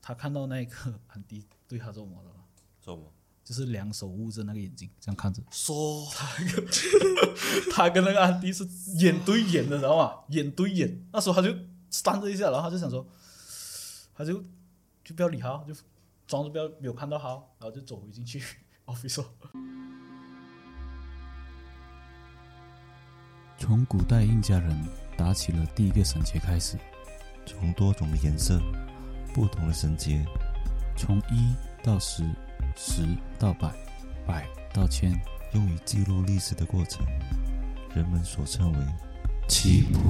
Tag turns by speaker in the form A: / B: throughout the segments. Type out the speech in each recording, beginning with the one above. A: 他看到 那一刻，安迪对他做么了吗？
B: 什么？
A: 就是两手捂着那个眼睛，这样看着
B: 说
A: 他跟那个安迪是眼对眼的，知道吗？眼对眼。那时候他就stands 一下，然后他就想说，他就就不要理他，就装着不要没有看到他，然后就走回进去 office 了。
C: 从古代印加人打起了第一个绳结开始，
B: 从多种的颜色、不同的绳结，
C: 从一到十，十到百，百到千，
B: 用于记录历史的过程，人们所称为
C: 起步。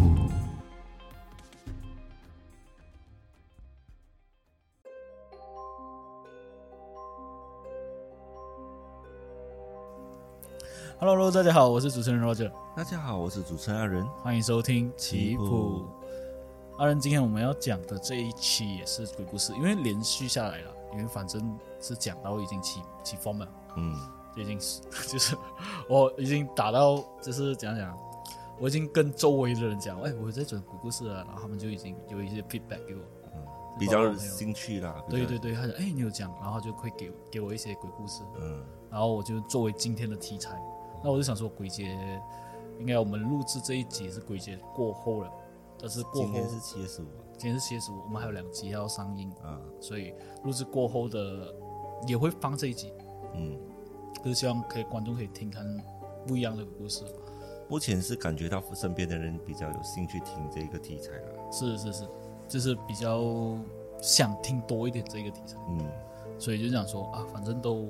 A: Hello Hello，大家好，我是主持人 Roger，
B: 大家好，我是主持人阿仁。
A: 欢迎收听
B: 棋
A: 棋
B: 谱
A: 谱。阿仁，今天我们要讲的这一期也是鬼故事，因为连续下来了，因为反正是讲到已经起起风了。
B: 嗯，
A: 已经是 就是我已经打到就是怎样讲，我已经跟周围的人讲，哎，我在讲鬼故事啊，然后他们就已经有一些 feedback 给我，
B: 嗯比
A: 包
B: 较
A: 括朋友
B: 兴趣啦。比
A: 对
B: 较
A: 对，对，他讲，哎，你有讲，然后就会给给我一些鬼故事，
B: 嗯，
A: 然后我就作为今天的题材，那我就想说鬼节，应该我们录制这一集是鬼节过后了，但是过
B: 今
A: 后
B: 天是七月十五
A: 今天是七月十五，我们还有两集要上映，
B: 啊，
A: 所以录制过后的也会放这一集，
B: 嗯，
A: 就是希望可以观众可以听看不一样的鬼故事。
B: 目前是感觉到身边的人比较有兴趣听这个题材了。
A: 是是是，就是比较想听多一点这个题材，
B: 嗯，
A: 所以就想说啊，反正都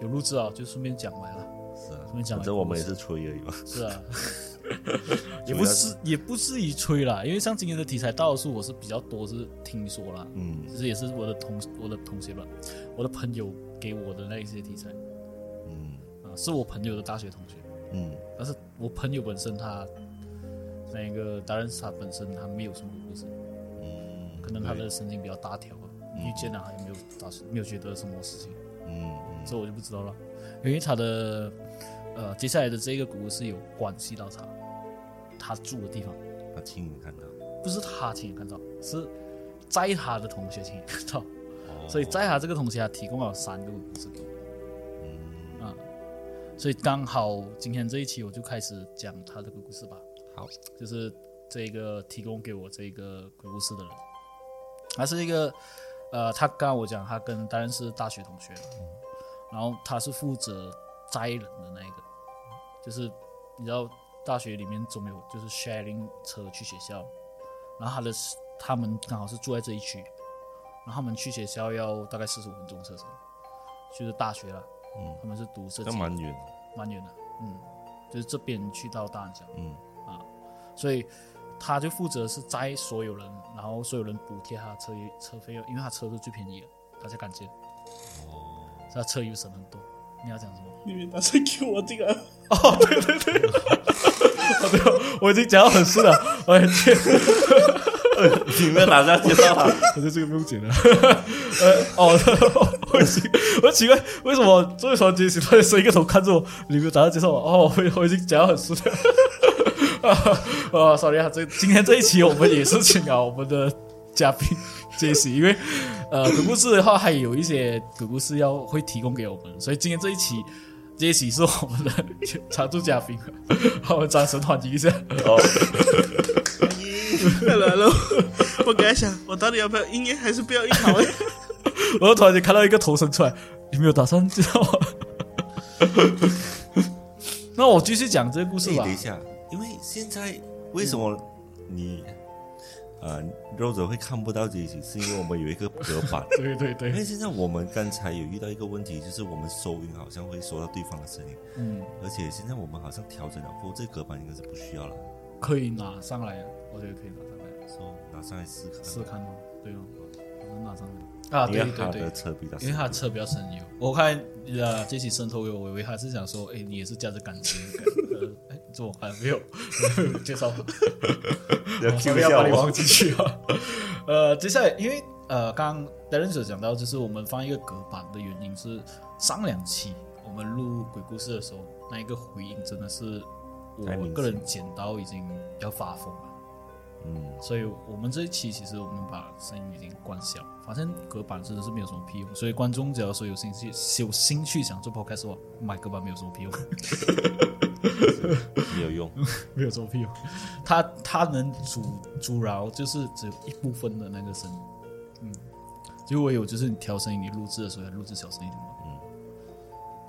A: 有录制啊，就顺便讲完了。
B: 是啊
A: 顺便，讲
B: 反
A: 完
B: 正我们也
A: 故
B: 是吹而已嘛。
A: 是啊，也不是也不至于吹啦，因为像今天的题材，大多数我是比较多是听说啦，
B: 嗯
A: 其实也是我的同我的同学吧，我的朋友给我的那一些题材
B: 嗯
A: 啊，是我朋友的大学同学，
B: 嗯
A: 但是我朋友本身他那个达人他本身他没有什么故事，
B: 嗯，
A: 可能他
B: 对
A: 的神经比较大条啊，遇见了他也没有打算没有觉得什么事情，
B: 嗯嗯
A: 这我就不知道了。因为他的呃接下来的这个故事有关系到他他住的地方，
B: 他亲眼看到，
A: 不是他亲眼看到，是在他的同学亲眼看到，
B: 哦
A: 所以在他这个同学他提供了三个故事给我，
B: 嗯
A: 所以刚好今天这一期我就开始讲他这个故事吧。
B: 好，
A: 就是这个提供给我这个鬼故事的人，他是一个呃，他刚刚我讲他跟当然是大学同学了，然后他是负责摘人的那一个，就是你知道大学里面总有就是 sharing 车去学校，然后他的他们刚好是住在这一区，然后他们去学校要大概四十五分钟车程，就是大学了，
B: 嗯，
A: 他们是读设
B: 那
A: 计，
B: 蛮远 的，
A: 蛮远的，嗯，就是这边去到大安江。
B: 嗯
A: 所以他就负责是摘所有人，然后所有人补贴他车车费用，因为他车是最便宜的，他才敢接。哦，他车油省很多。你要讲什么？
D: 你们打算给我这个？
A: 哦，对对对，哦对哦，我已经讲到很顺了，哎我天，
B: 你们打算介 绍他？
A: 我觉得这个不用剪了。呃，哦， 我奇，我奇怪，为什么为什么杰西突然伸一个头看着我？你没有打算介绍我？哦，我我已经讲得很熟了。啊啊，sorry 啊，这今天这一期我们也是请啊我们的嘉宾杰西，因为呃鬼故事的话还有一些鬼故事要会提供给我们，所以今天这一期杰西是我们的 常驻嘉宾，好，我们掌声欢迎一下。
B: 哦
D: 来了，我刚才想，我到底要不要应还是不要应 好？
A: 然后突然间看到一个头伸出来，你没有打算知道 吗？那我继续讲这个故事
B: 哎
A: 吧。
B: 等。一下，因为现在为什么你、呃肉者会看不到这一集，是因为我们有一个隔板
A: 对对
B: 因
A: 对，
B: 为现在我们刚才有遇到一个问题，就是我们收音好像会收到对方的声音，
A: 嗯，
B: 而且现在我们好像调整了，不过这个隔板应该是不需要了，
A: 可以拿上来，啊我觉得可以拿上来
B: 所以拿上来试看。
A: 试看哦。对哦，我能拿上来啊，
B: 因
A: 对
B: 为他
A: 对
B: 的
A: 对，
B: 车比较小，
A: 因为他的车比较省油。我看呃，这起渗透给我，以为他是想说，哎，你也是驾着感情的感，呃，哎，这我还没有没有介绍好。
B: 要 Q
A: 哦
B: 一
A: 要
B: 下
A: 把你
B: 我
A: 忘。记去 啊。呃，接下来因为呃，刚刚 Darren 所讲到，就是我们放一个隔板的原因是上两期我们录鬼故事的时候，那一个回音真的是我
B: 太明显
A: 个人剪到已经要发疯了，
B: 嗯，
A: 所以我们这一期其实我们把声音已经关小，发现隔板真的是没有什么屁用。所以观众只要说有兴趣、有兴趣想做 podcast 的话，买隔板没有什么屁用，
B: 没有用，
A: 没有什么屁用。它它能阻阻挠，就是只有一部分的那个声音。嗯，就我有就是你调声音，你录制的时候要录制小声一点嘛。嗯，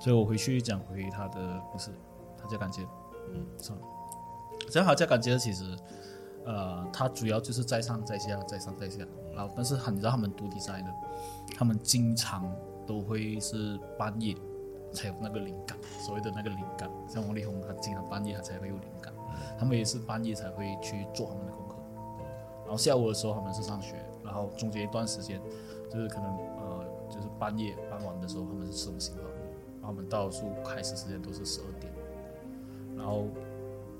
A: 所以我回去讲回他的故事，他叫感觉，嗯，算了。这样好，这感觉其实。呃，它主要就是在上在下，在上在下。然后，但是很你知道他们读比赛的，他们经常都会是半夜才有那个灵感，所谓的那个灵感。像王力宏，他经常半夜他才会有灵感，他们也是半夜才会去做他们的功课。然后下午的时候他们是上学，然后中间一段时间就是可能呃就是半夜傍晚的时候他们是吃东西的，然后我们倒数开始时间都是十二点，然后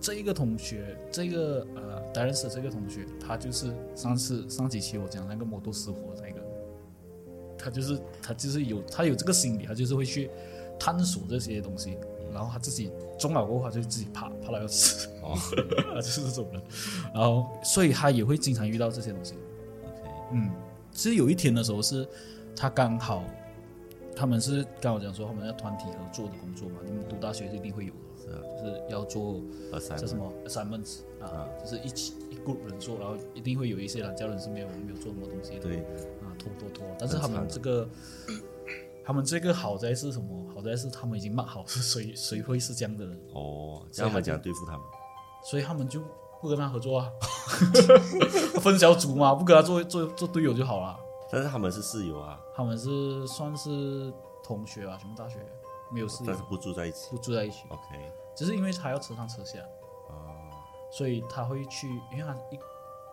A: 这一个同学，这个呃 d a r e n 这个同学，他就是上次上几期我讲那个摩托失火那个，他就是他就是有他有这个心理，他就是会去探索这些东西，然后他自己中了过后，他就自己怕怕到要死，
B: 哦
A: 他啊就是这种人，然后所以他也会经常遇到这些东西。
B: ，OK，
A: 嗯，其实有一天的时候是，他刚好，他们是刚好讲说他们要团体合作的工作嘛，你们读大学是一定会有的，
B: 是啊
A: 就是要做
B: 二三
A: 叫什么 assignments 啊，就是一起一 group 人做，然后一定会有一些懒觉人是没有没有做什么东西的，
B: 对，
A: 啊，拖拖拖，但是他们这个。他们这个好在是什么？好在是他们已经骂好是谁谁会是这样的人，
B: 哦，这样我们讲对付他们，
A: 所以他们就不跟他合作啊， 分小组嘛，不跟他做做做队友就好了。
B: 但是他们是室友啊，
A: 他们是算是同学吧，全部大学没有室
B: 但是
A: 友，
B: 不住在一起
A: 不住在一起，
B: ，OK，
A: 只是因为他要车上车下，
B: 啊，
A: 所以他会去，因为他一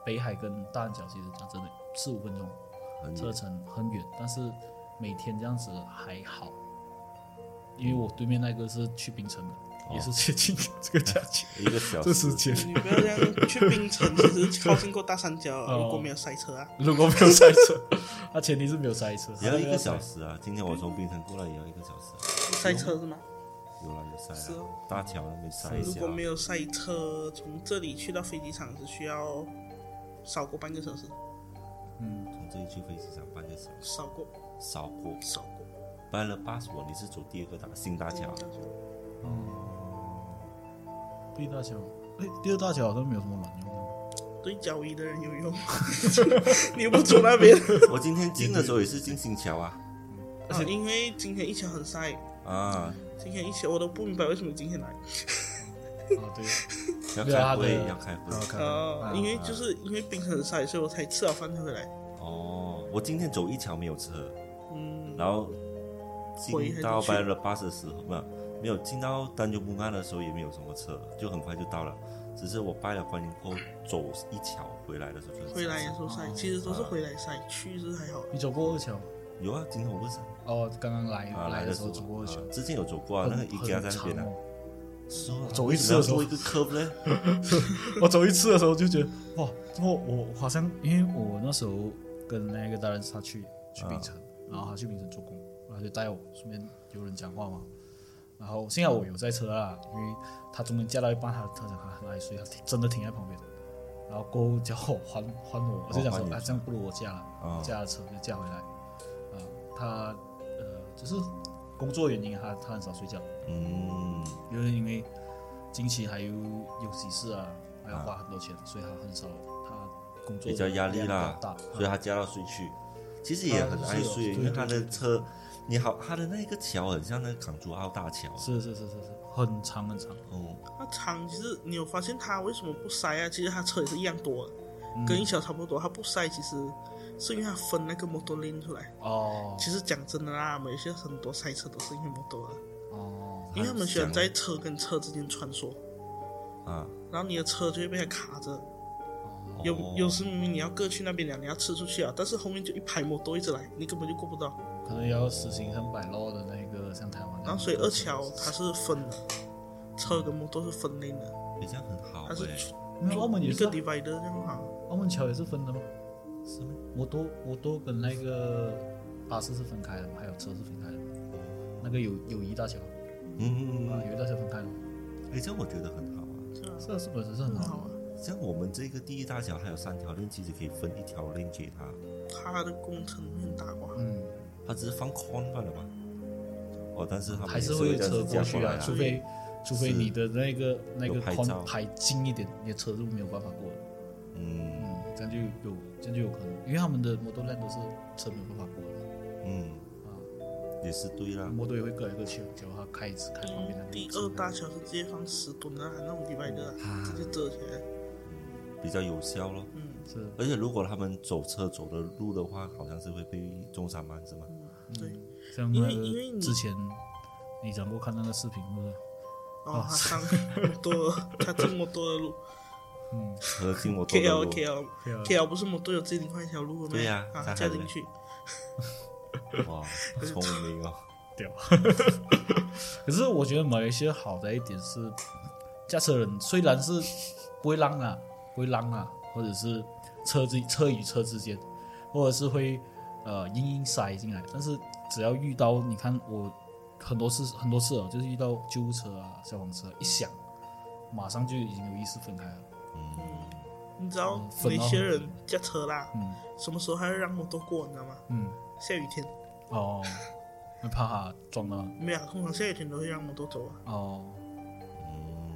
A: 北海跟大安角其实讲真的四五分钟
B: 很
A: 车程很远，但是每天这样子还好，因为我对面那个是去槟城的，
B: 哦
A: 也是接近这个价钱，
B: 一个小
A: 这时
B: 时，
A: 间
D: 你不要这样，去槟城其实靠近过大三角啊，
A: 哦
D: 如果没有塞车啊，
A: 如果没有塞 车，他前提是没有塞车，
B: 也要一个
A: 塞
B: 小时啊。今天我从槟城过来也要一个小时啊，
D: 塞车是吗？
B: 有啦有塞
D: 是
B: 啊
D: 哦，
B: 大桥那边塞一
D: 如
A: 啊
B: 下啊
D: 果，没有塞车，从这里去到飞机场是需要少过半个小时，
A: 嗯，
B: 从这里去飞机场半个小时，
D: 少过
B: 少过
D: 少过。
B: 搬了八十，你是走第二个大新大桥，
D: 嗯
A: 第一大桥，哎，第二大桥好像没有什么卵用啊的。
D: 对脚医的人有用， 你又不住那边。
B: 我今天进的时候也是进新桥啊
D: 而且因为今天一桥很塞，
B: 啊，
D: 今天一桥我都不明白为什么今天来。
A: 啊，对，
B: 要
A: 对啊
B: 开会
A: 对啊
B: 要开会
A: 然后看
D: 呃
A: 啊，
D: 因为就是因为冰很塞，所以我才吃了饭才回来。
B: 哦。我今天走一桥没有车，
D: 嗯，
B: 然后
D: 回
B: 进
D: 还
B: 到
D: 是去
B: 白了巴士的时候，没有没有进到丹丘木岸的时候也没有什么车，就很快就到了。只是我拜了观音后走一桥回来的时候就是
D: 回来也说塞，其实都是回来塞，去是还好。
A: 你走过二桥？
B: 有啊，今天我不是
A: 哦，刚刚来、
B: 啊
A: 来
B: 的
A: 的时候走过
B: 啊
A: 二桥，
B: 之前有走过啊，那个宜家在那边
A: 的
B: 的。。是啊
A: 哦走一次的时候
B: 为什么要做一个 curve 呢？
A: 我走一次的时候就觉得，哇，我我好像因为我那时候跟那个大人他去去槟
B: 啊
A: 城，然后他去槟城做工，然后就带我顺便有人讲话嘛。然后幸好我有在车啦，因为他中间驾到一半，他他讲他很爱睡，他停真的停在旁边。然后过后叫我还还我，我就想
B: 哦还
A: 说，
B: 你
A: 啊，这样不如我驾了，
B: 哦
A: 驾了车就驾回来。啊，他呃，就是工作原因，他他很少睡觉。
B: 嗯，
A: 就是因为近期还有有喜事啊，还要花很多钱，所以他很少，他工作
B: 啊比较压力
A: 量
B: 啦
A: 比较大，
B: 所以他加到睡去，其实也很爱
A: 啊
B: 睡，
A: 是哦
B: 因为他
A: 对对
B: 的
A: 对
B: 车，你好，他的那个桥很像那个港珠澳大桥，
A: 啊是是是是是，很长很长，
B: 哦，
D: 那长其实你有发现它为什么不塞啊？其实它车也是一样多的，跟一小差不多。它不塞其实是因为它分那个摩托林出来。
A: 哦
D: 其实讲真的啦，马来西亚很多塞车都是因为摩托的，
A: 哦，
D: 因为他们喜欢
B: 想
D: 在车跟车之间穿梭，
B: 啊，
D: 然后你的车就会被它卡着。
B: 哦
D: 有有时明明你要过去那边了，你要吃出去啊，但是后面就一排摩托一直来，你根本就过不到。
A: 可能要实行像百洛的那个，像台湾那样，
D: 然啊后所以二桥它是分的，车跟摩托是分类的，
B: 诶这样很好
D: 它是
B: 哎，
A: 没有澳门也
D: 一
A: 是
D: 个
A: 啊，
D: divider 这样啊。
A: 澳门桥也是分的吗？
B: 是吗？
A: 我都我都跟那个巴士是分开的嘛，还有车是分开的嘛，那个友友谊大桥啊，
B: 嗯嗯嗯
A: 友谊大桥分开了，
B: 嗯，哎，这样我觉得很好啊，
A: 这个是本身是很
D: 很好
A: 好
D: 啊
A: 的，
B: 像我们这个第一大桥还有三条链，其实可以分一条链给他，
D: 它的工程很大哇，
A: 嗯，
B: 他只是放宽罢了嘛。哦，但是他们
A: 还
B: 也
A: 是
B: 是
A: 会有
B: 这样
A: 车
B: 子
A: 过
B: 加
A: 去
B: 过来
A: 啊，除非除非
B: 是
A: 你的那个那个
B: 有拍
A: 宽
B: 照
A: 排近一点，你的车就没有办法过了。
B: 嗯
A: 嗯，这样就有这样就有可能，因为他们的摩托 land 都是车没有办法过的
B: 嗯，
A: 啊，
B: 也是对啦。
A: 摩托也会各来各去，结果他开一次开旁边的那个
D: 嗯第
A: 车
D: 二大桥是直接放十吨的啊，那种 d i v i d 直接遮起来，
B: 比较有效咯。
D: 嗯
A: 是
B: 而且如果他们走车走的路的话，好像是会被中三班是吗？
D: 嗯，对，
A: 像
D: 因
A: 那
D: 为因为
A: 个
D: 你
A: 之前你讲过看那个视频是不是？
D: 然 后他上摩托，他进哦摩托的路
A: 嗯，
B: 车进我走的
D: ，KL
B: 路。
D: KL
A: 对啊
D: KL 不是摩托有最另外一条路了吗？
B: 嗯对呀
D: 啊，
B: 在
D: 加
B: 海里
D: 进去，
B: 哇，聪明哦！
A: 屌。可是我觉得马来西亚好的一点是，驾车人虽然是不会让啊，不会让啊，或者是车之车与车之间，或者是会呃硬硬塞进来，但是只要遇到你看我很多次很多次哦，就是遇到救护车啊、消防车一响，马上就已经有意识分开了。
B: 嗯，
D: 你知道
A: 嗯粉
D: 有一
A: 哦
D: 些人驾车啦，
A: 嗯
D: 什么时候还会让摩托过，你知道吗？
A: 嗯，
D: 下雨天，
A: 哦，会怕他撞到
D: 没有啊，通常下雨天都会让摩托走啊。
A: 哦。
B: 嗯，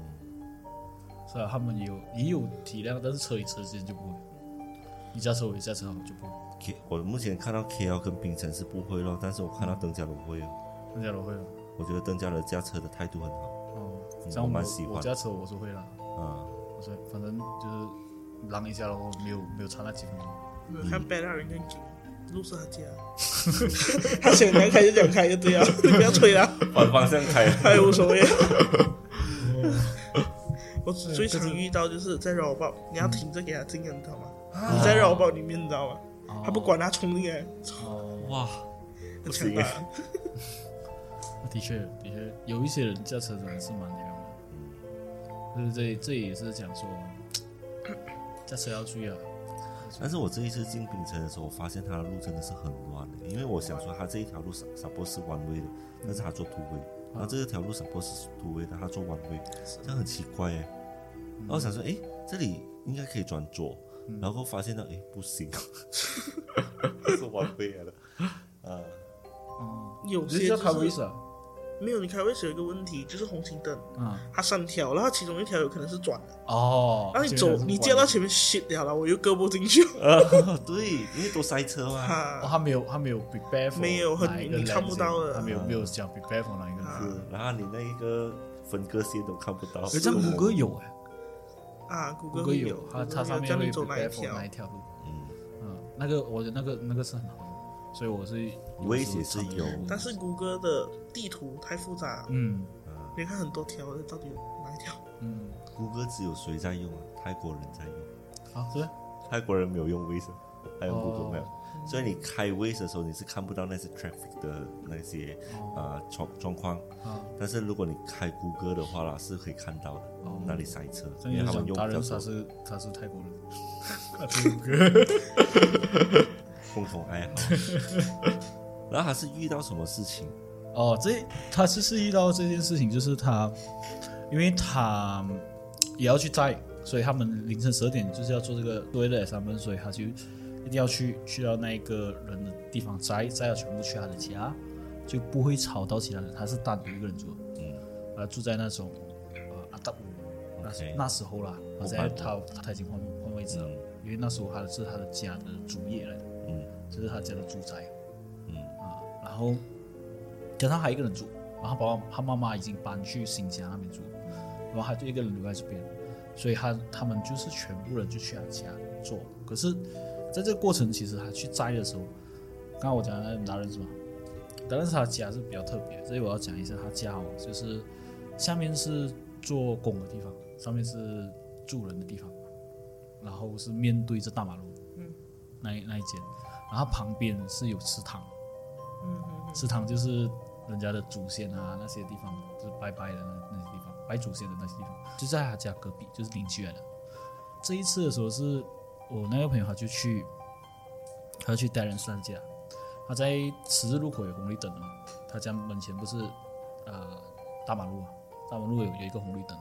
A: 是啊，他们也有也有体谅，但是车与车之间就不会，你驾车我也驾车，就不会，
B: K，我目前看到 KL 跟槟城是不会咯，但是我看到邓家伦会哦。
A: 大家都会了。
B: 我觉得邓家伦驾车的态度很好
A: 哦，
B: 嗯
A: 这样
B: 我蛮
A: 我
B: 喜欢
A: 我驾车我是会了，
B: 啊。
A: 我是反正就是让一下咯，没有没有差那几分钟。
D: 你
A: 嗯
D: 有看白大人跟警，路是他家， 他想开开就想开就对了，你不要催他，
B: 反方向开，
D: 他也无 所谓。我最常遇到就是在绕道，你要停着给他进，你知道吗？你在绕道里面，你知道吗？
A: 啊哦
D: 他不管他冲进来，
A: 哦，
B: 哇，
D: 很强大。
A: 的确的确，有一些人驾车真的是蛮那个的，就是这这也是讲说，驾车要注意啊。
B: 但是我这一次进槟城的时候，我发现它的路真的是很乱的，因为我想说它这一条路 s u p 是弯位的，但是它做突围，然后这条路 s u 是突围的，它做弯位，这样很奇怪哎。然后我想说，哎，这里应该可以转左，然后发现到哎不行， 是弯位来的，啊，
A: 哦，
D: 有
A: 这
D: 些
A: 叫
D: 就
A: 卡维
D: 是
A: 斯啊，
D: 没有你开位置有一个问题，就是红绿灯，
A: 嗯，
D: 它三条，然后其中一条有可能是转的，
A: 哦，
D: 然后你
A: 这个
D: 走
A: 就是
D: 你
A: 弯
D: 接到前面 shit 了了，我又胳膊 进去了，
B: 哦对，因为都塞车嘛，
A: 哦，
D: 啊，
A: 他没有，他没有 prepare for
D: 没有很
A: 哪一个
D: 你看
A: lane
D: 不到的啊
A: 他没有没有讲 prepare for 哪一个 lane。
B: 是然后你那一个分割线都看不到，
A: 诶这样谷歌有哎，
D: 啊，谷
A: 谷
D: 歌
A: 歌
D: 会
A: 有，它
D: 谷
A: 它
D: 歌
A: 上
D: 会
A: 面
D: 嗯叫
A: 会
D: 你走哪一
A: prepare for
D: 条
A: 哪一条路。
B: 嗯，
A: 嗯，那个我觉得那个那个是很好用，所以我是
B: 威胁是有，
D: 但是谷歌的地图太复杂，
A: 嗯
D: 你看很多条，到底有哪一条？
A: 嗯，
B: 啊谷歌只有谁在用啊？泰国人在用。
A: 好是
B: 泰国人没有用 Waze，还有
A: 哦
B: Google Map，、所以你开 Waze 的时候你是看不到那些 traffic 的那些呃状状况，
A: 哦啊，
B: 但是如果你开谷歌的话啦，是可以看到的、
A: 哦
B: 哪里塞车，
A: 这
B: 因为
A: 样
B: 他
A: 就讲
B: 们用
A: 达
B: 比较
A: 人他
B: 多
A: 是他是泰国人，啊 谷 歌
B: 共同爱 好。然后还是遇到什么事情？
A: 哦，这他就是遇到这件事情，就是他，因为他嗯也要去载，所以他们凌晨十二点就是要做这个所谓的 S 三分，所以他就一定要去去到那个人的地方摘，摘了全部去他的家，就不会吵到其他人。他是单独一个人住的，
B: 嗯，
A: 呃，住在那种呃阿达屋，那时
B: OK
A: 那时候啦，我现在他他已经换换位置了，
B: 嗯
A: 因为那时候他是他的家的主业来的，
B: 嗯
A: 就是他家的住宅。
B: 嗯
A: 啊，然后加上他一个人住，然后爸爸他妈妈已经搬去新疆那边住，
B: 嗯
A: 然后他就一个人留在这边，所以他他们就是全部人就去他家做。可是在这个过程，其实他去摘的时候，刚刚我讲的达人是吧？达人是他家是比较特别，这里我要讲一下他家哦，就是下面是做工的地方，上面是住人的地方，然后是面对着大马路，
D: 嗯，
A: 那一那一间，然后旁边是有池塘。
D: 嗯嗯
A: 祠堂就是人家的祖先啊，那些地方就是拜拜的那那些地方，拜祖先的那些地方，就在他家隔壁，就是邻居来的。这一次的时候是我那个朋友，他就去，他去戴人三家，他在十字路口有红绿灯的嘛，啊他家门前不是呃大马路啊，大马路有有一个红绿灯，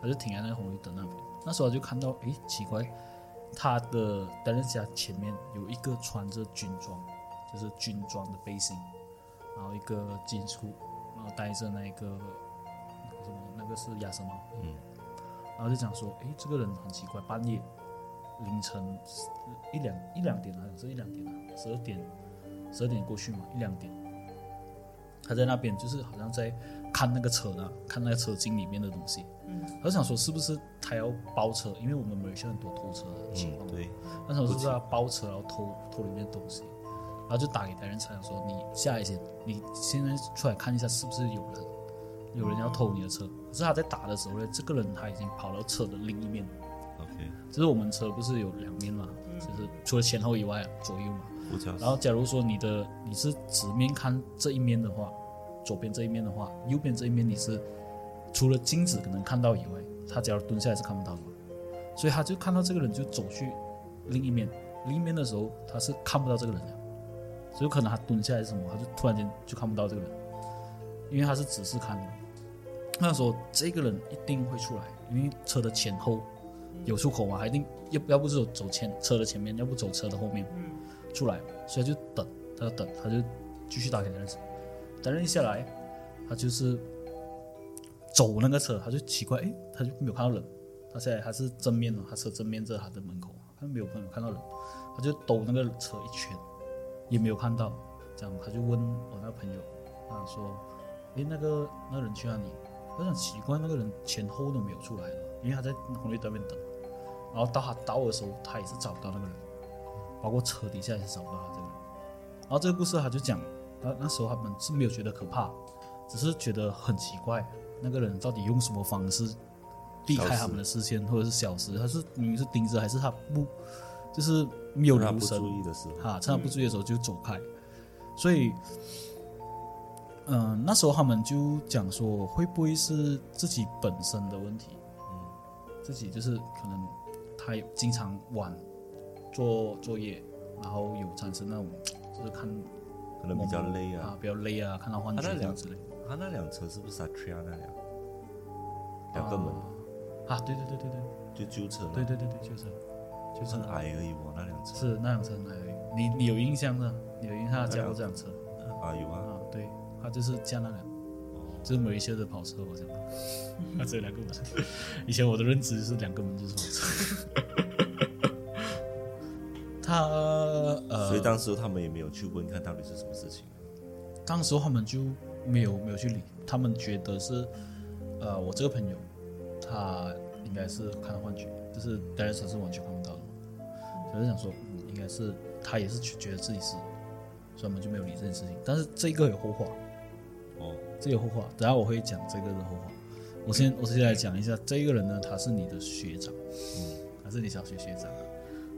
A: 他他就停在那个红绿灯那边。那时候他就看到，诶，奇怪，他的戴任家前面有一个穿着军装，就是军装的背心，然后一个金属，然后戴着那个那个什么，那个是鸭舌帽，
B: 嗯，
A: 然后就讲说，诶，这个人很奇怪，半夜凌晨一两一两点好像是一两点啊，十二点十二点过去嘛，一两点，他在那边就是好像在看那个车呢，看那个车镜里面的东西。
D: 嗯，
A: 他就想说是不是他要包车，因为我们马来西亚很多偷车的情况
B: 嗯，。对，
A: 那时候是不是他包车，然后偷偷里面的东西，然后就打给台人才想说你下一些，你现在出来看一下是不是有人，有人要偷你的车。可是他在打的时候呢，这个人他已经跑到车的另一面，
B: OK，
A: 就是我们车不是有两面嘛，就是除了前后以外，左右嘛。
B: 不叫
A: 然后假如说你的你是直面看这一面的话，左边这一面的话，右边这一面你是除了镜子可能看到以外，他只要蹲下来是看不到的嘛，所以他就看到这个人就走去另一面，另一面的时候他是看不到这个人的，所以可能他蹲下来是什么，他就突然间就看不到这个人，因为他是只是看的。那时候这个人一定会出来，因为车的前后有出口嘛，他一定要要不就走前车的前面，要不走车的后面。出来，所以他就等，他就等，他就继续打给男生。男人一下来，他就是走那个车，他就奇怪，哎，他就没有看到人，他现在还是正面了，他车正面在他的门口，他没有朋友看到人，他就兜那个车一圈，也没有看到，这样他就问我那个朋友，他说，哎，那个那个人去哪里？我想奇怪，那个人前后都没有出来了，因为他在红绿灯那边等，然后到他到的时候，他也是找不到那个人。包括车底下也是找不到他这个人。然后这个故事他就讲，那那时候他们是没有觉得可怕，只是觉得很奇怪，那个人到底用什么方式避开他们的视线，或者是消失？他是明明是盯着，还是他不就是没有
B: 他
A: 留
B: 不
A: 神
B: 注？意的时候，
A: 啊，趁他不注意的时候就走开。所以，嗯、那时候他们就讲说，会不会是自己本身的问题？嗯，自己就是可能他有经常晚做作业，然后有产生那种就是看
B: 可能比较累啊
A: 啊。比较累啊，看到幻觉
B: 他那
A: 这样
B: 两
A: 之类的
B: 他那辆车是不是 Satria 那辆？两个门，
A: 啊，对对对对对
B: 就旧车
A: 对
B: 了，
A: 对对对，就是就
B: 很
A: 是
B: 矮而已哦，那辆车
A: 是那辆车很矮而已，你你有印象的，你有印象他驾过这辆车
B: 啊有啊，
A: 啊？对，他就是驾那辆。
B: 哦
A: 这是马来西亚的跑车，我讲，那只有两个门。 以前我的认知就是两个门就是跑车。他呃，
B: 所以当时他们也没有去问看到底是什么事情。
A: 当时他们就没有没有去理，他们觉得是，呃，我这个朋友他应该是看到幻觉，就是戴尔车是完全看不到的，所以就想说，嗯，应该是他也是觉觉得自己是，所以我们就没有理这件事情。但是这个有后话，
B: 哦，
A: 这个后话，等下我会讲这个的后话。我先我先来讲一下，这个人呢，他是你的学长，嗯，他是你小学学长。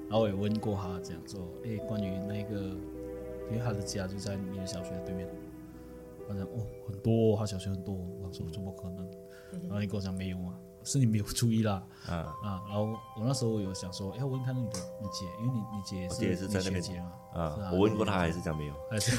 A: 然后我也问过他，讲说，哎，关于那个，因为他的家就在你的小学对面。他讲哦，很多、哦，他小学很多、哦。我说怎么可能？
B: 嗯
A: 然后你跟我讲没有啊，是你没有注意啦
B: 啊
A: 啊。然后我那时候有想说，哎，我问看你的你姐，因为你你姐也
B: 我
A: 是
B: 姐也是
A: 你
B: 在那
A: 学
B: 边
A: 姐嘛，是
B: 啊，我问过他，还是讲没有。
A: 还是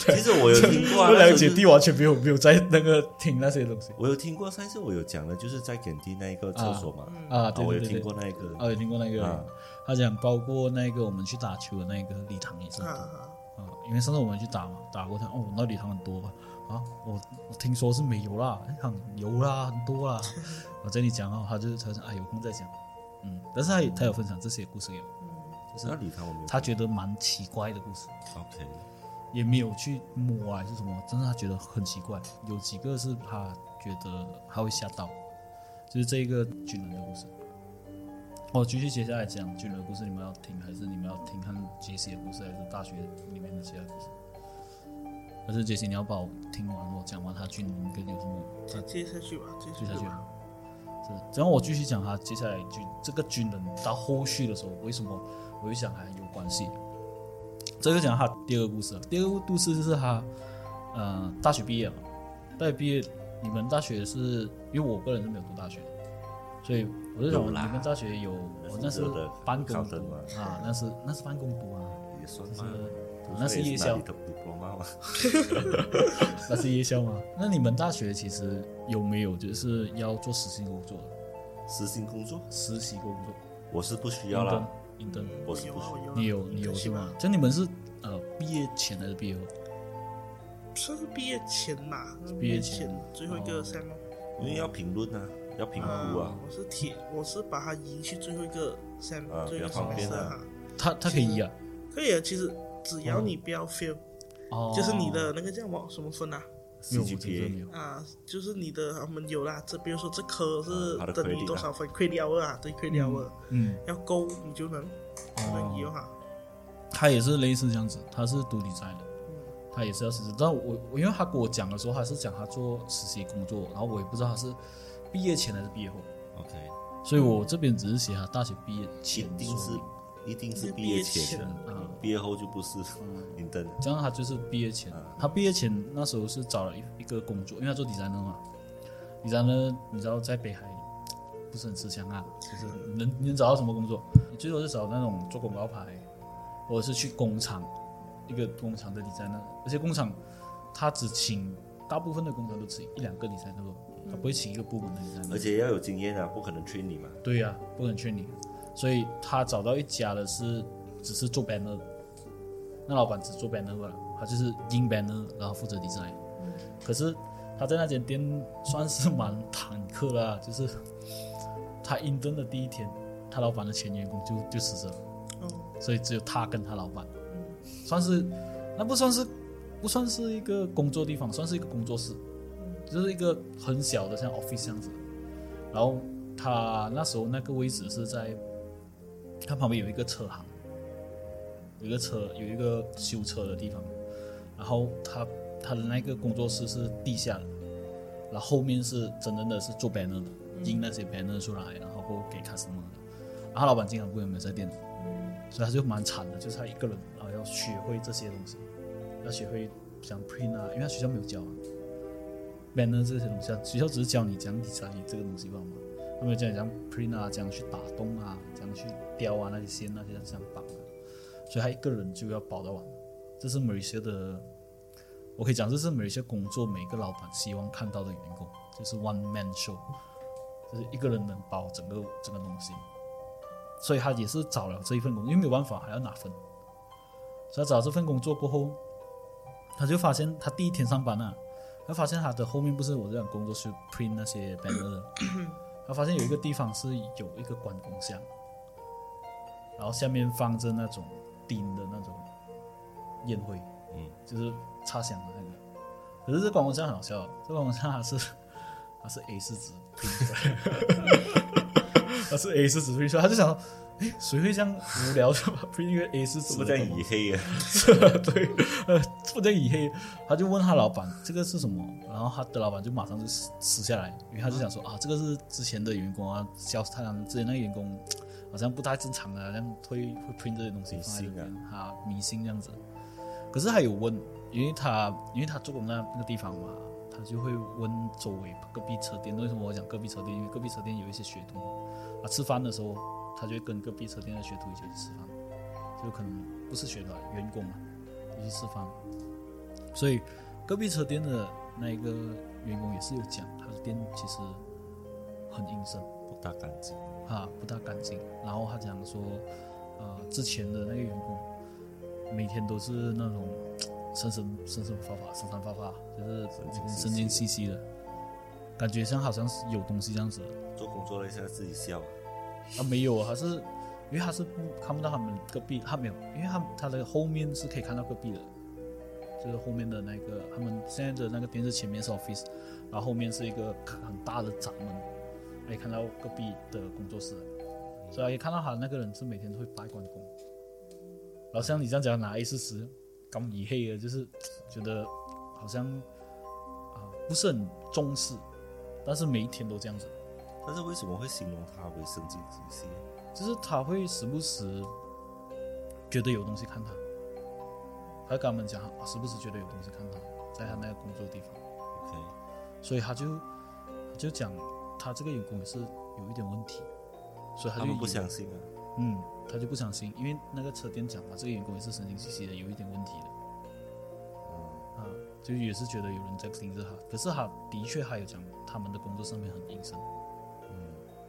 B: 其实我有听 过啊，
A: 这两
B: 那
A: 个
B: 时
A: 姐
B: 候就
A: 弟完全没有没有在那个听那些东西。
B: 我有听过，上一次我有讲的，就是在垦丁那一个厕所嘛，
A: 啊，
B: 啊
A: 对
B: 我
A: 对
B: 有
A: 对对，
B: 听过那一个，
A: 啊，有听过那
B: 啊
A: 个，他讲包括那个我们去打球的那个礼堂也是
D: 啊
A: 很多
D: 啊，
A: 啊，因为上次我们去打嘛，打过他哦，那礼堂很多啊，啊我我听说是没有啦，哎，很有啦，很多 啦，我跟你讲哦，他就是他说啊有空再讲，嗯，但是他也他有分享这些故事给我，
B: 那礼堂我没有。
A: 他觉得蛮奇怪的故事，
B: OK，
A: 也没有去摸啊还是什么，但是他觉得很奇怪，有几个是他觉得他会吓到，就是这一个军人的故事。哦我继续接下来讲军人的故事，你们要听还是你们要听看杰西的故事，还是大学里面的其他故事？还是杰西你要把我听完我讲完他军人跟有什么他
D: 接下去吧，接
A: 接下去
D: 去
A: 吧
D: 吧。
A: 是，只要我继续讲他接下来军这个军人到后续的时候，为什么我会想还有关系？这就讲他第二个故事了。啊第二个故事就是他，呃，大学毕业了。大学毕业，你们大学是因为我个人是没有读大学，所以我就想
B: 有啦
A: 你们大学有，我那是
B: 有的
A: 办公
B: 高
A: 读
B: 等嘛
A: 啊，那是那是办公读啊，
B: 也算
A: 就是
B: 嘛，
A: 那是夜
B: 也
A: 校
B: 哪里都不罗马嘛，
A: 那是夜校吗？ 那你们大学其实有没有就是要做实习工作的？
B: 实行工作
A: 实习工作，
B: 我是不需要啦。
A: 应征，
B: 我是
D: 有
B: 不
D: 啊，我
B: 需
D: 有啊，
A: 你有你有
D: 是
A: 是
D: 吧
A: 吗？？就你们是呃毕业前还是毕业后？
D: 算是毕业前吧，
A: 毕业前
D: 前最后一个 s e
B: 因为要评论啊，要评
D: 啊
B: 估啊，
D: 我是铁，我是把它移去最后一个 s e
B: 啊
D: 最后一
B: 比较
D: 个
B: 方
D: semester
B: 便啊
D: 哈。
A: 他他可以移啊，
D: 可以啊，其实只要你不要 fail，
A: 嗯哦，
D: 就是你的那个叫什么什么分啊
A: 没有，我这个没
B: CGPA
A: 有。
D: 啊，就是你的我们有啦，这比如说这科是
B: 啊它的
D: 等
B: credit
D: 于
B: 啊
D: 多少分，credit hour 啊，对，credit hour
A: 嗯，
D: 要够你就能能移啊
A: 哦，
D: 哈。
A: 他也是类似这样子，他是读理财的，
D: 嗯
A: 他也是要实习。但我我因为他跟我讲的时候，他是讲他做实习工作，然后我也不知道他是毕业前还是毕业后，
B: ，OK，
A: 所以我这边只是写他大学毕业
B: 一
A: 前
B: 定是
A: 说明
B: 一定是
D: 是
B: 毕
D: 毕
B: 业
D: 业
B: 前
D: 前
B: 的，
A: 啊，嗯
B: 毕业后就不是明灯。
A: 这样他就是毕业前，他毕业前那时候是找了一一个工作，因为他做 designer 嘛，designer 你知道在北海不是很吃香啊，就是能你能找到什么工作？你最多是找那种做广告牌，或者是去工厂，一个工厂的 designer，而且工厂他只请大部分的工厂都请一两个 designer，他不会请一个部门的 designer，
B: 而且要有经验啊，不可能劝你嘛。
A: 对呀、不能劝你，所以他找到一家的是只是做 banner，那老板只做 banner 吧，他就是印 banner，然后负责 design。可是他在那间店算是蛮坦克啦，就是他印登的第一天，他老板的前员工就就辞职了，
D: 哦，
A: 所以只有他跟他老板，算是那不算是不算是一个工作地方，算是一个工作室，就是一个很小的像 office 这样子。然后他那时候那个位置是在，他旁边有一个车行，有一个车有一个修车的地方，然后他他的那个工作室是地下的，然后后面是真正的是做 banner 的，印那些 banner 出来，然后过后给 customer 的。然后他老板经常不有没有在店里，所以他就蛮惨的，就是他一个人，然后要学会这些东西，要学会像 print 啊，因为他学校没有教啊，banner 这些东西啊，学校只是教你讲理财这个东西吧嘛，他没有教你讲 print 啊，讲去打洞啊，讲去雕啊那些线那些这样绑啊，所以他一个人就要包到完，这是 Malaysia 的，我可以讲这是 Malaysia 工作每个老板希望看到的员工，就是 one man show，就是一个人能包整个整个东西。所以他也是找了这一份工作，因为没有办法还要拿分，所以他找了这份工作过后，他就发现他第一天上班啊，他发现他的后面不是我这样工作室 print 那些 banner，的他发现有一个地方是有一个关公像，然后下面放着那种钉的那种烟灰，
B: 嗯，
A: 就是插香的那个。可是这关公像很好笑，啊这关公像它是 它是 A 四纸 print 出来的， 它是 A 四纸 print 出来，他就想说，哎，谁会这样无聊的把 print 一个 A 四
B: 怎
A: 纸
B: 么
A: 的
B: 这
A: 东西？
B: 样以黑啊？
A: 对，呃，不能以黑，他就问他老板这个是什么，然后他的老板就马上就撕撕下来，因为他就想说啊，这个是之前的员工啊，消他之前那个员工好像不太正常的，好像会会 print 这些东西
B: 迷
A: 放在这
B: 信啊
A: 边，啊，迷信这样子。可是他有问，因为他因为他做工那那个地方嘛，他就会问周围隔壁车店，为什么我讲隔壁车店？因为隔壁车店有一些学徒，啊，吃饭的时候他就会跟隔壁车店的学徒一起去吃饭。就可能不是学徒啊，员工啊，一起吃饭。所以隔壁车店的那一个员工也是有讲，他的店其实很阴森
B: 不大干净，
A: 啊，不大干净。然后他讲说，呃，之前的那个员工每天都是那种呃神神神神发发、神神发发，就是神经兮兮的，感觉像好像是有东西这样子的。
B: 做工作了一下自己笑啊，
A: 啊，没有啊，他是因为他是不看不到他们隔壁，他没有，因为他他的后面是可以看到隔壁的，就是后面的那个他们现在的那个电视前面是 office，然后后面是一个很大的闸门，可以看到隔壁的工作室，所以可以看到他那个人是每天都会拜关公。然后像你这样讲拿 A 四十，刚以黑的，就是觉得好像啊、不是很重视，但是每一天都这样子。
B: 但是为什么会形容他为神经兮兮？
A: 就是他会时不时觉得有东西看他，他会跟他们讲，啊，时不时觉得有东西看他，在他那个工作的地方，
B: OK，
A: 所以他就他就讲他这个员工也是有一点问题，所以他
B: 他
A: 就
B: 们
A: 以
B: 不
A: 为
B: 相信啊。
A: 嗯，他就不相信，因为那个车店讲嘛，这个员工也是神经兮兮的，有一点问题的，
B: 嗯
A: 啊就也是觉得有人在盯着他。可是他的确还有讲，他们的工作上面很阴森，嗯，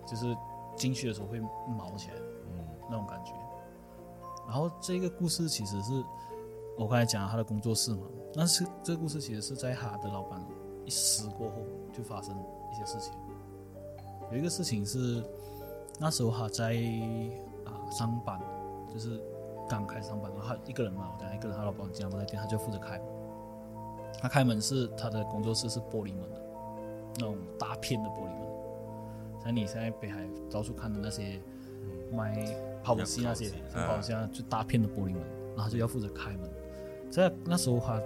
A: 就是进去的时候会毛起来
B: 嗯
A: 那种感觉。然后这个故事其实是我刚才讲了他的工作室嘛，但是这个故事其实是在他的老板一死过后就发生一些事情。有一个事情是那时候他在啊、上班，就是刚开始上班，然后他一个人嘛，我讲一个人，他老板经常不在店，他就负责开门。他开门是他的工作室是玻璃门的，那种大片的玻璃门，像你现在北海到处看的那些卖跑步机那些，像跑步机那啊就大片的玻璃门，然后他就要负责开门。在那时候他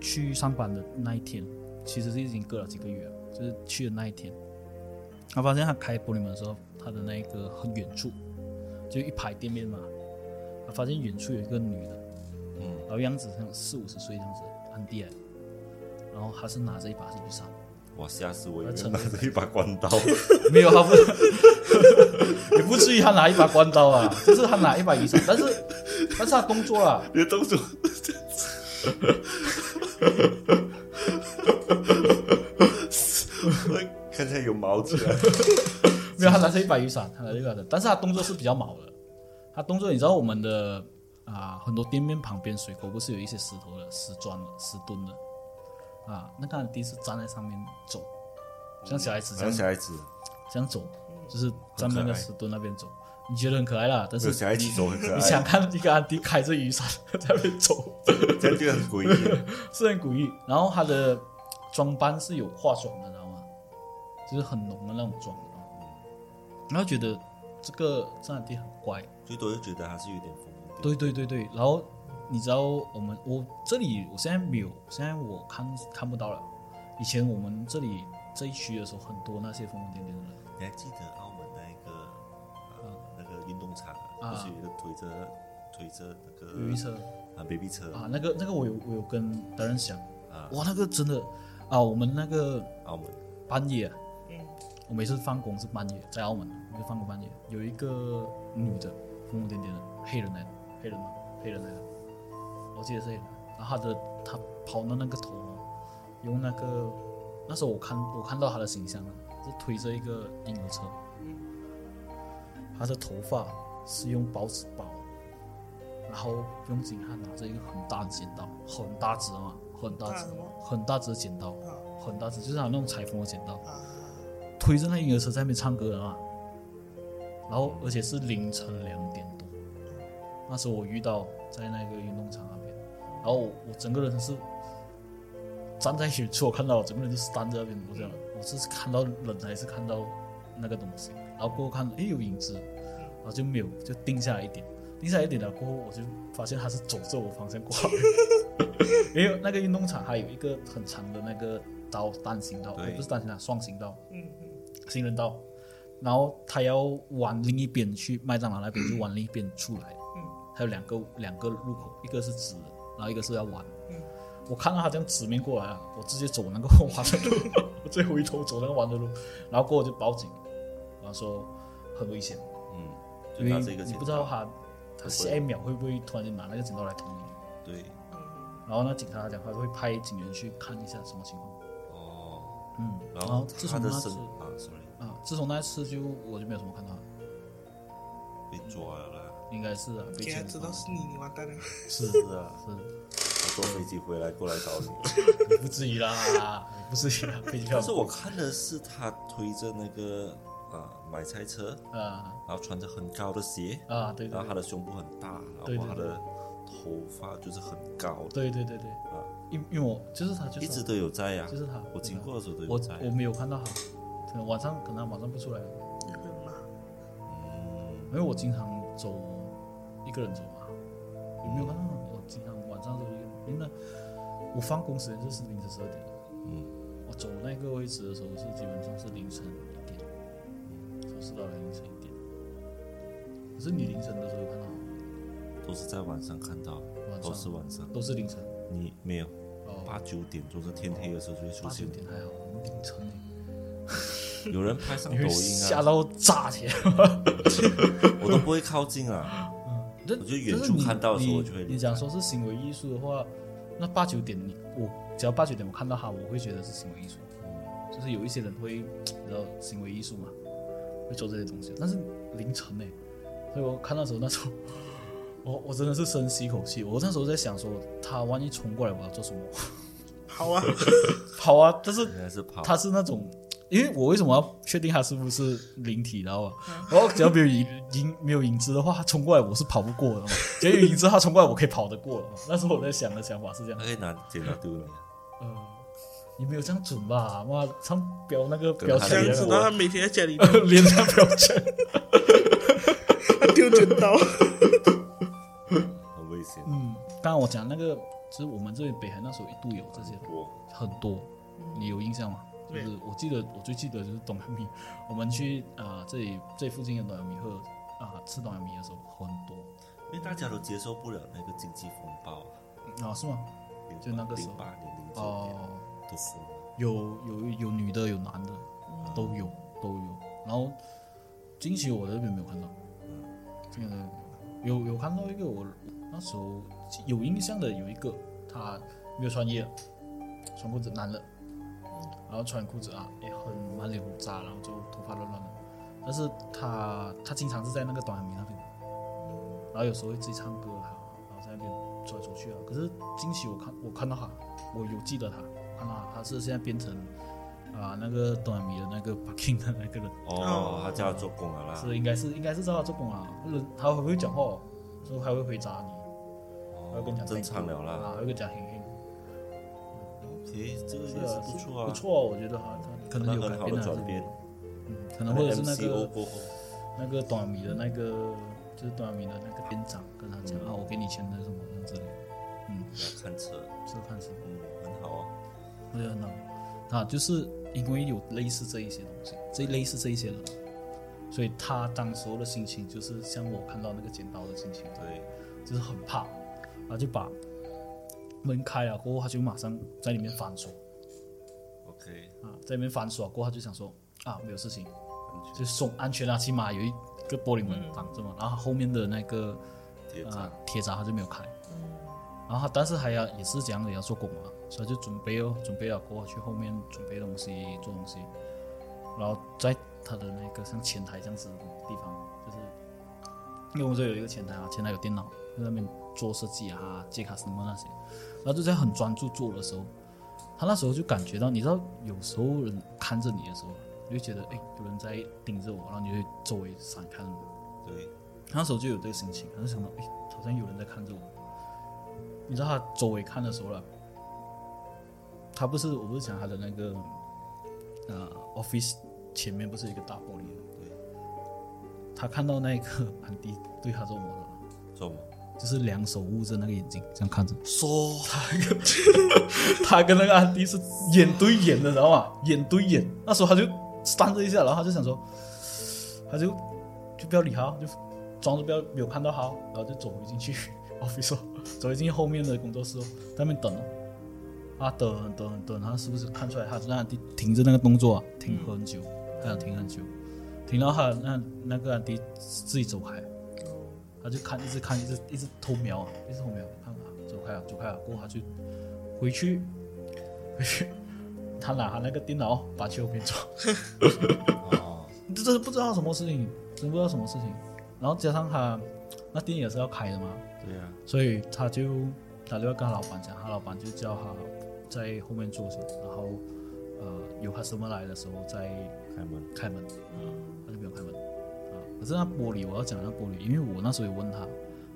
A: 去上班的那一天，其实是已经隔了几个月了，就是去的那一天，他发现他开玻璃门的时候，他的那个很远处就一排店面嘛，他发现远处有一个女的，
B: 嗯
A: 然后样子像四五十岁这样子，很低矮，然后他是拿着一把雨伞，
B: 哇，吓死我！以为
A: 那成
B: 拿着一把关刀，
A: 没有，他不， 也不至于他拿一把关刀啊，就是他拿一把雨伞，但是但是他动作啊，
B: 你的动 作，看起来有毛起来。
A: 没有，他拿着一把雨伞，他拿着一把伞，但是他动作是比较毛的。他动作，你知道我们的啊，很多店面旁边水沟不是有一些石头的、石砖的、石墩的啊？那个他第一次站在上面走，像小孩子这
B: 像小
A: 样
B: 孩子，
A: 这样走，就是站在那个
B: 很可爱
A: 石墩那边走，你觉得很可爱啦。但
B: 没
A: 是
B: 有小孩子走很可
A: 你想
B: 爱，
A: 看一个安迪开着雨伞在那边走，
B: 这样就很诡异。
A: 是很古意。然后他的装扮是有化妆的，知道吗？就是很浓的那种妆啊。然后觉得这个这安迪很乖，
B: 最多就觉得还是有点疯一点。
A: 对对对对，然后你知道我们我这里我现在没有，现在我看看不到了。以前我们这里这一区的时候，很多那些疯疯癫癫的人，
B: 你还记得澳门那一个呃那个运动场啊，
A: 嗯啊
B: 不是有一个推着推着那个
A: 有一车
B: 啊 baby 车
A: 啊，那个那个我有我有跟达人讲，
B: 啊，
A: 哇，那个真的啊，我们那个
B: 澳门
A: 半夜啊、
D: 嗯
A: 我每次放工是半夜，在澳门，我就放工半夜，有一个女的，疯疯癫癫的，黑人来的，黑人嘛，黑人来的，我记得是黑人，然后她的她跑到那个头哦，用那个，那时候我看我看到她的形象了，是推着一个婴儿车，
D: 嗯，
A: 她的头发是用报纸包，然后用警探拿着一个很大的剪刀，很大只嘛，很大只
D: 大的吗，
A: 很大只的剪刀，
D: 啊
A: 很大只，就是那种那种裁缝的剪刀。
D: 啊，
A: 推着那婴儿车在那边唱歌的嘛，然后而且是凌晨两点多，那时候我遇到在那个运动场那边，然后我我整个人是站在远处，我看到我整个人就是站在那边，我这样，我是看到人还是看到那个东西，然后过后看诶有影子，然后就没有就定下来一点，定下来一点了过后，我就发现他是走着我方向过来，没有那个运动场还有一个很长的那个道单行道，呃
B: 对
A: 不是单行道，双行道。
D: 嗯嗯
A: 行人道，然后他要往另一边去麦当劳那边，就往另一边出来。
D: 嗯
A: 还有两个两个路口，一个是直的，然后一个是要弯。
D: 嗯
A: 我看到他这样直面过来啊，我直接走那个弯的路， 我直接回头走那个弯的路，然后过后就报警，然后说很危险，
B: 嗯，就
A: 因
B: 拿
A: 为
B: 着一个
A: 你
B: 剪
A: 不知道
B: 刀，
A: 他他下一秒会不会突然间拿那个剪刀来捅你。
B: 对，
D: 嗯，
A: 然后那警察讲话会派警员去看一下什么情况。
B: 哦，
A: 嗯，
B: 然
A: 后
B: 后
A: 自
B: 他
A: 从
B: 的
A: 那次
B: 身啊，sorry，
A: 啊，自从那次就我就没有什么看到他，
B: 被抓了啦，
A: 应该是啊，被
D: 给他
A: 警
D: 知
A: 察
D: 道是你，你完 蛋了。
A: 是
B: 是啊，
A: 是。
B: 我坐飞机回来过来找你。
A: 也不至于啦，也不至于啦，飞机票
B: 但是我看的是他推着那个啊买菜车，
A: 啊
B: 然后穿着很高的鞋，
A: 啊，对
B: 然
A: 对
B: 后他的胸部很大，
A: 对对
B: 然后他的头发就是很高的，
A: 对对对对，
B: 啊，
A: 因因为我就是他，就是
B: 一直
A: 他
B: 都有在啊呀、
A: 就是他，
B: 我经过的时候都有
A: 我
B: 在。
A: 我没有看到他，可能晚上可能晚上不出来，
D: 那个嘛，
B: 嗯
A: 因为我经常走一个人走嘛，有没有看到他？我经常晚上走一个人，因为呢我放工时间就是凌晨十二点，
B: 嗯，
A: 我走那个位置的时候是基本上是凌晨一点，走是到了凌晨一点，可是你凌晨的时候有看到吗
B: 都是在晚上看到，
A: 晚
B: 哦都是
A: 上
B: 晚上。
A: 都是凌晨
B: 你没有
A: 哦。
B: 八九点钟是天黑的时候就会出
A: 八九
B: 现，
A: 点还好，我们凌晨
B: 有人拍上
A: 你
B: 抖
A: 会
B: 音
A: 吓
B: 啊，
A: 到炸天。
B: 我都不会靠近啊。
A: 我
B: 我就远处看到的时候我就会
A: 你
B: 离
A: 讲
B: 开
A: 说是行为艺术的话，那八九点你我只要八九点我看到他，我会觉得是行为艺术。就是有一些人会，你知道行为艺术嘛，会做这些东西。但是凌晨呢、所以我看到时候那时候，我我真的是深吸一口气。我那时候在想说，他万一冲过来，我要做什么？
D: 好啊，
A: 好啊，但是
B: 应该是跑。
A: 他是那种，因为我为什么要确定他是不是灵体，然后啊，然后只要没有影影没有影子的话，他冲过来我是跑不过的嘛。只要有影子，他冲过来我可以跑得过的嘛。那时候我在想的想法是这样
B: 他，可以拿剪刀丢人，
A: 呃，你没有这样准吧？妈，像标那个
B: 可
A: 标
B: 能
A: 签一
D: 这样
A: 样
D: 子，
B: 的
D: 然后他每天在家里
A: 脸上标签。
D: 丢剪刀，
B: 很危险。
A: 嗯，刚刚我讲那个，就是我们这边北韩那时候一度有这些
B: 我
A: 很多，你有印象吗？就
D: 没有
A: 是我记得，我最记得就是东阳米，我们去啊、呃这里这附近的东阳米喝啊、吃东阳米的时候很多
B: 因为大家都接受不了那个经济风暴，
A: 啊，是吗？就那个时候
B: 零八年、零九
A: 哦、
B: 年都疯了，
A: 有有有女的有男的都有都有，然后惊喜我这边没有看到，这个没有看到有有看到一个我那时候有印象的有一个他没有穿衣了，穿裤子男的，然后穿裤子啊也很满脸胡渣，然后就头发乱乱的，但是他他经常是在那个短海明那边，然后有时候会自己唱歌啊，然后在那边走来走去啊。可是惊喜我看我看到他，我有记得他，我看到他，他是现在变成啊、那个短海明的那个 parking 的那个人。
B: 哦，他叫他做工了啦。
A: 是应该是应该是知道他做工啊，不然他还会讲话哦，所以还会回答你，还会跟你
B: 哦
A: 讲
B: 正常了
A: 啊，
B: 啦。
A: 还会跟你讲嘿嘿，
B: 诶，这个也是不错啊，
A: 不错啊，我觉得啊，他可能有改
B: 很好
A: 变
B: 的
A: 啊
B: 转变，
A: 嗯，可能或者是那
B: MCO
A: 个
B: 过后，
A: 那个短米的那个就是短米的那个店长跟他讲
B: 嗯
A: 啊，我给你钱的什么这样之类的，嗯，
B: 要看车，
A: 这个看什么，
B: 嗯，很好啊。
A: 我觉得很好，啊，就是因为有类似这一些东西，这类似这一些人，所以他当时候的心情就是像我看到那个剪刀的心情。
B: 对，
A: 就是很怕，然后就把门开了，过后他就马上在里面反锁
B: OK，
A: 啊，在里面反锁过后他就想说啊没有事情，
B: 安全
A: 就送安全啊，起码有一个玻璃门挡着嘛，然后后面的那个
B: 铁
A: 啊
B: 闸，
A: 铁闸他就没有开，然后他但是还要也是讲也要做工嘛，所以就准备哦，准备了过后去后面准备东西做东西，然后在他的那个像前台这样子的地方，就是因为我们这有一个前台啊，前台有电脑，在那边做设计啊、接卡什么那些，然后就在很专注做的时候，他那时候就感觉到，你知道有时候人看着你的时候，你就觉得哎有人在盯着我，然后你就周围闪开了。
B: 对，
A: 他那时候就有这个心情，他就想到，哎，好像有人在看着我。你知道他周围看的时候了，他不是，我不是讲他的那个，呃，office 前面不是有一个大玻璃吗？
B: 对，
A: 他看到那个 安迪对他做什么了？
B: 做吗？
A: 就是两手捂着那个眼睛，这样看着
B: 说，
A: 他跟那个安迪是眼对眼的，知道吗？眼对眼。那时候他就stands 一下，然后他就想说，他就就不要理他，就装作不要没有看到他，然后就走回进去 office，哦走回进去后面的工作室，哦，在那边等哦。啊，等等等，他是不是看出来他那地停着那个动作啊？停很久，他想停很久，停到他那那个安迪自己走开，他就看一直看一直一直偷瞄啊，一直偷瞄，看啊，走开啊，走开啊，过后他就回去回去，他拿他那个电脑把去后面装。
B: 哦，
A: 这这是不知道什么事情，真不知道什么事情。然后加上他那店也是要开的嘛，
B: 对啊呀，
A: 所以他就打电话跟他老板讲，他老板就叫他在后面坐着，然后呃有 customer 来的时候再
B: 开门，
A: 开门，啊他就没有开门啊。可是那玻璃我要讲那玻璃，因为我那时候也问他，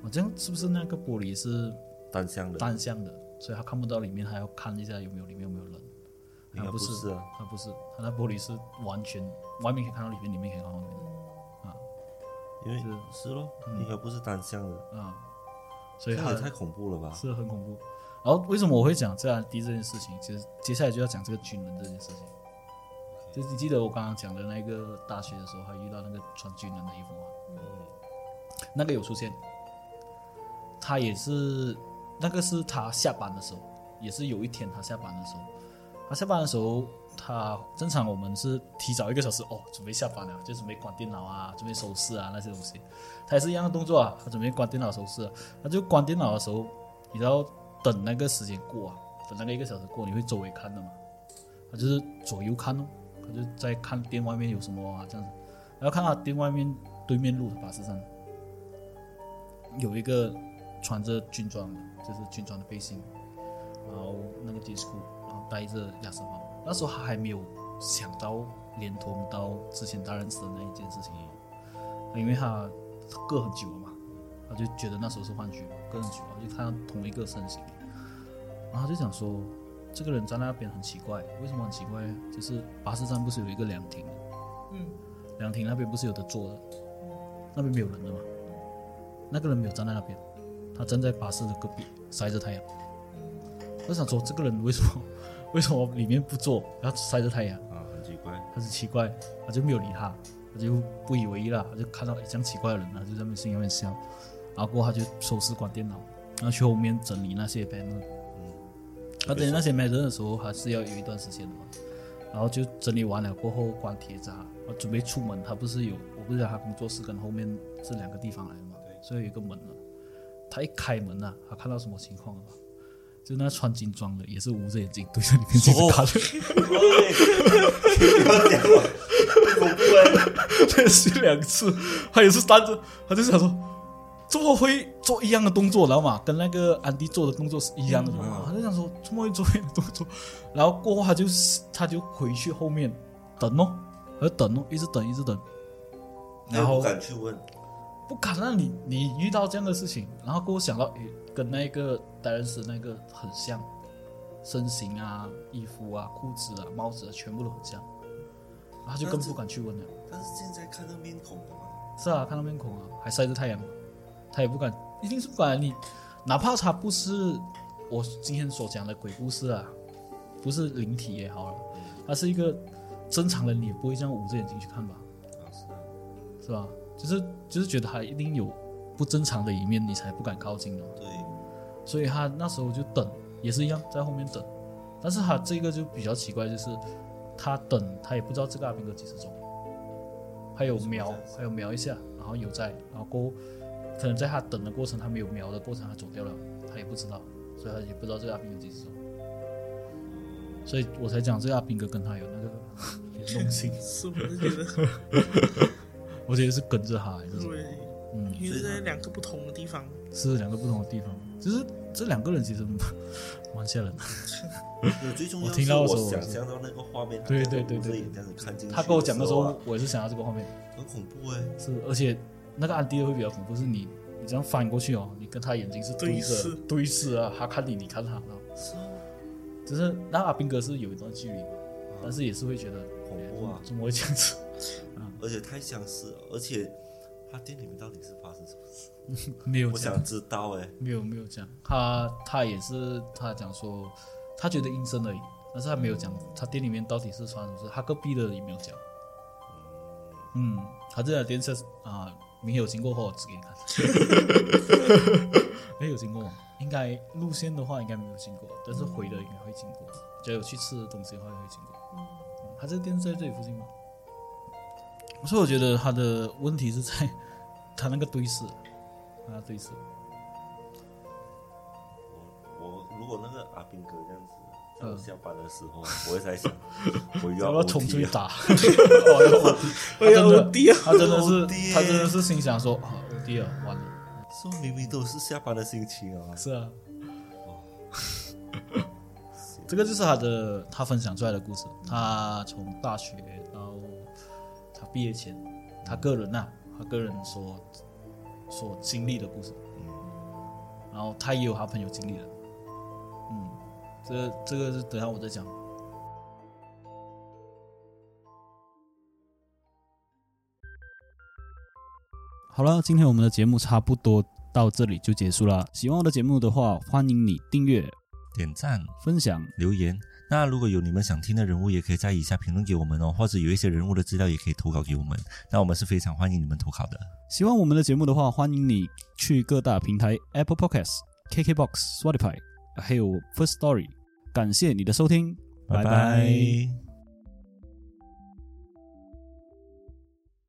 A: 我这样是不是那个玻璃是
B: 单向的，
A: 单向的，所以他看不到里面，他要看一下有没有里面有没有人。
B: 应该
A: 啊不
B: 不
A: 是
B: 是啊，
A: 他不是，他那玻璃是完全外面可以看到里面，里面可以看到外面。
B: 因为是咯，应该不是单向的，
A: 啊，所
B: 这
A: 以
B: 样
A: 他
B: 也太恐怖了吧？
A: 是很恐怖。然后为什么我会讲这样低这件事情？其实接下来就要讲这个军人这件事情。就是你记得我刚刚讲的那个大学的时候，还遇到那个穿军人的衣服吗？嗯，那个有出现。他也是，那个是他下班的时候，也是有一天他下班的时候，他下班的时候，他正常我们是提早一个小时哦，准备下班了，就准备关电脑啊，准备收拾啊那些东西。他也是一样的动作啊，他准备关电脑收拾啊、他就关电脑的时候，你知道等那个时间过啊，等那个一个小时过，你会周围看的嘛？他就是左右看哦，他就在看店外面有什么啊这样子，然后看到店外面对面路的巴士上有一个穿着军装的，就是军装的背心，然后那个 d i s 然后戴着鸭舌帽，那时候他还没有想到连同到之前大人死的那一件事情，因为他隔很久了嘛，他就觉得那时候是幻觉，个人觉得就看到同一个身形，然后他就想说，这个人站在那边很奇怪，为什么很奇怪呢？就是巴士站不是有一个凉亭的，
D: 嗯，
A: 凉亭那边不是有的坐的，那边没有人的嘛，那个人没有站在那边，他站在巴士的隔壁晒着太阳。我就想说，这个人为什么 为什么里面不坐，然后晒着太阳？
B: 啊，很奇怪。
A: 他是奇怪，他就没有理他，他就不以为意了，他就看到诶这样奇怪的人，他啊就在那边心里面笑，然后过后他就收拾关电脑，然后去后面整理那些 banner。他整理那些 banner 的时候，还是要有一段时间的嘛。然后就整理完了过后，关帖子啊，我准备出门，他不是有，我不是讲他工作室跟后面这两个地方来的嘛，所以有一个门了。他一开门啊，他看到什么情况了吧？就那穿军装的，也是捂着眼睛对着里面镜子看的。
B: 不要讲我，恐怖 哎！
A: 连续两次，他也是单着，他就想说，怎么会做一样的动作，然后嘛，跟那个安迪做的动作是一样的动作，他就想说怎么会做一样的动作，然后过后他就他就回去后面等哦，他就等哦，一直等一直等，然
B: 我
A: 后
B: 不敢去问，
A: 不敢让你你遇到这样的事情，然后过后想到诶，跟那个戴恩斯那个很像，身形啊、衣服啊、裤子啊、帽子啊，全部都很像，然后他就更不敢去问了。
B: 但是现在看到面孔了嘛，
A: 是啊，看到面孔啊，还晒着太阳，他也不敢，一定是不敢。你哪怕他不是我今天所讲的鬼故事啊，不是灵体也好了，啊他是一个正常人，你也不会这样捂着眼睛去看吧，
B: 啊是啊，
A: 是吧？就是就是觉得他一定有不正常的一面，你才不敢靠近的嘛。
B: 对，
A: 所以他那时候就等，也是一样在后面等，但是他这个就比较奇怪，就是他等他也不知道这个阿兵哥几时走，还有瞄，还有瞄一下，然后有在，然后过后可能在他等的过程，他没有瞄的过程，他走掉了，他也不知道，所以他也不知道这个阿兵哥几时走，所以我才讲这个阿兵哥跟他有那个 联动性，
D: 是我就觉得
A: 我觉得是跟着他这种，
D: 对，
A: 嗯，啊
D: 因为在两个不同的地方，
A: 是两个不同的地方，就是这两个人其实蛮 吓人的。
B: 有最重要
A: 我听
B: 是
A: 到的时
B: 我
A: 候
B: 想象到那个画面，
A: 对对对对
B: 这样子看进去，
A: 他跟我讲的时候，，我也是想到这个画面。
B: 很恐怖哎，
A: 是，而且那个暗地会比较恐怖，是你你这样翻过去哦，你跟他眼睛是对着
D: 对视
A: 对视啊，他看你，你看他，然后只是那阿兵哥是有一段距离嘛，但是也是会觉得
B: 啊恐怖啊
A: 哎怎么会这样子？
B: 而且太相似了，而且他店里面到底是发生什么事？
A: 没有
B: 我
A: 这样，
B: 想知道哎，
A: 没有没有这样，他他也是他讲说，他觉得阴森而已，但是他没有讲他店里面到底是发生什么事，他隔壁的也没有讲。嗯，他这台电视啊，明天有经过后我指给你看。 哎，有经过吗？应该路线的话应该没有经过，但是回的应该会经过。只要有去吃的东西的话会经过。嗯，他这个店是在这里附近吗？所以我觉得他的问题是在他那个堆死，他的堆死。
B: 我如果那个阿兵哥这样子，在我
A: 嗯
B: 下班的时 候，我会在想，我又
A: 要
B: 要啊
A: 不要冲
B: OT
A: 出去
B: 了
A: 打？哦他 真
D: 哎我啊
A: 的
D: 第二，
A: 他真的
B: 我
A: 是
B: 爹
A: 他真的是心想说啊，我爹啊完了，
B: 说明明都是下班的心情啊，
A: 是啊。 这个就是他的他分享出来的故事。他从大学到他毕业前，他个人呐、他个人所所经历的故事。然后他也有他朋友经历的。嗯，这个这个是等下我再讲。
C: 好了，今天我们的节目差不多到这里就结束了。喜欢我的节目的话，欢迎你订阅、
B: 点赞
C: 分享。
B: 留言。那如果有你们想听的人物，也可以在以下评论给我们哦，或者有一些人物的资料也可以投稿给我们。那我们是非常欢迎你们投稿的。
C: 喜欢我们的节目的话，欢迎你去各大平台 Apple Podcasts、KKBox、Spotify，还有 First Story。感谢你的收听，拜
B: 拜
C: 拜
B: 拜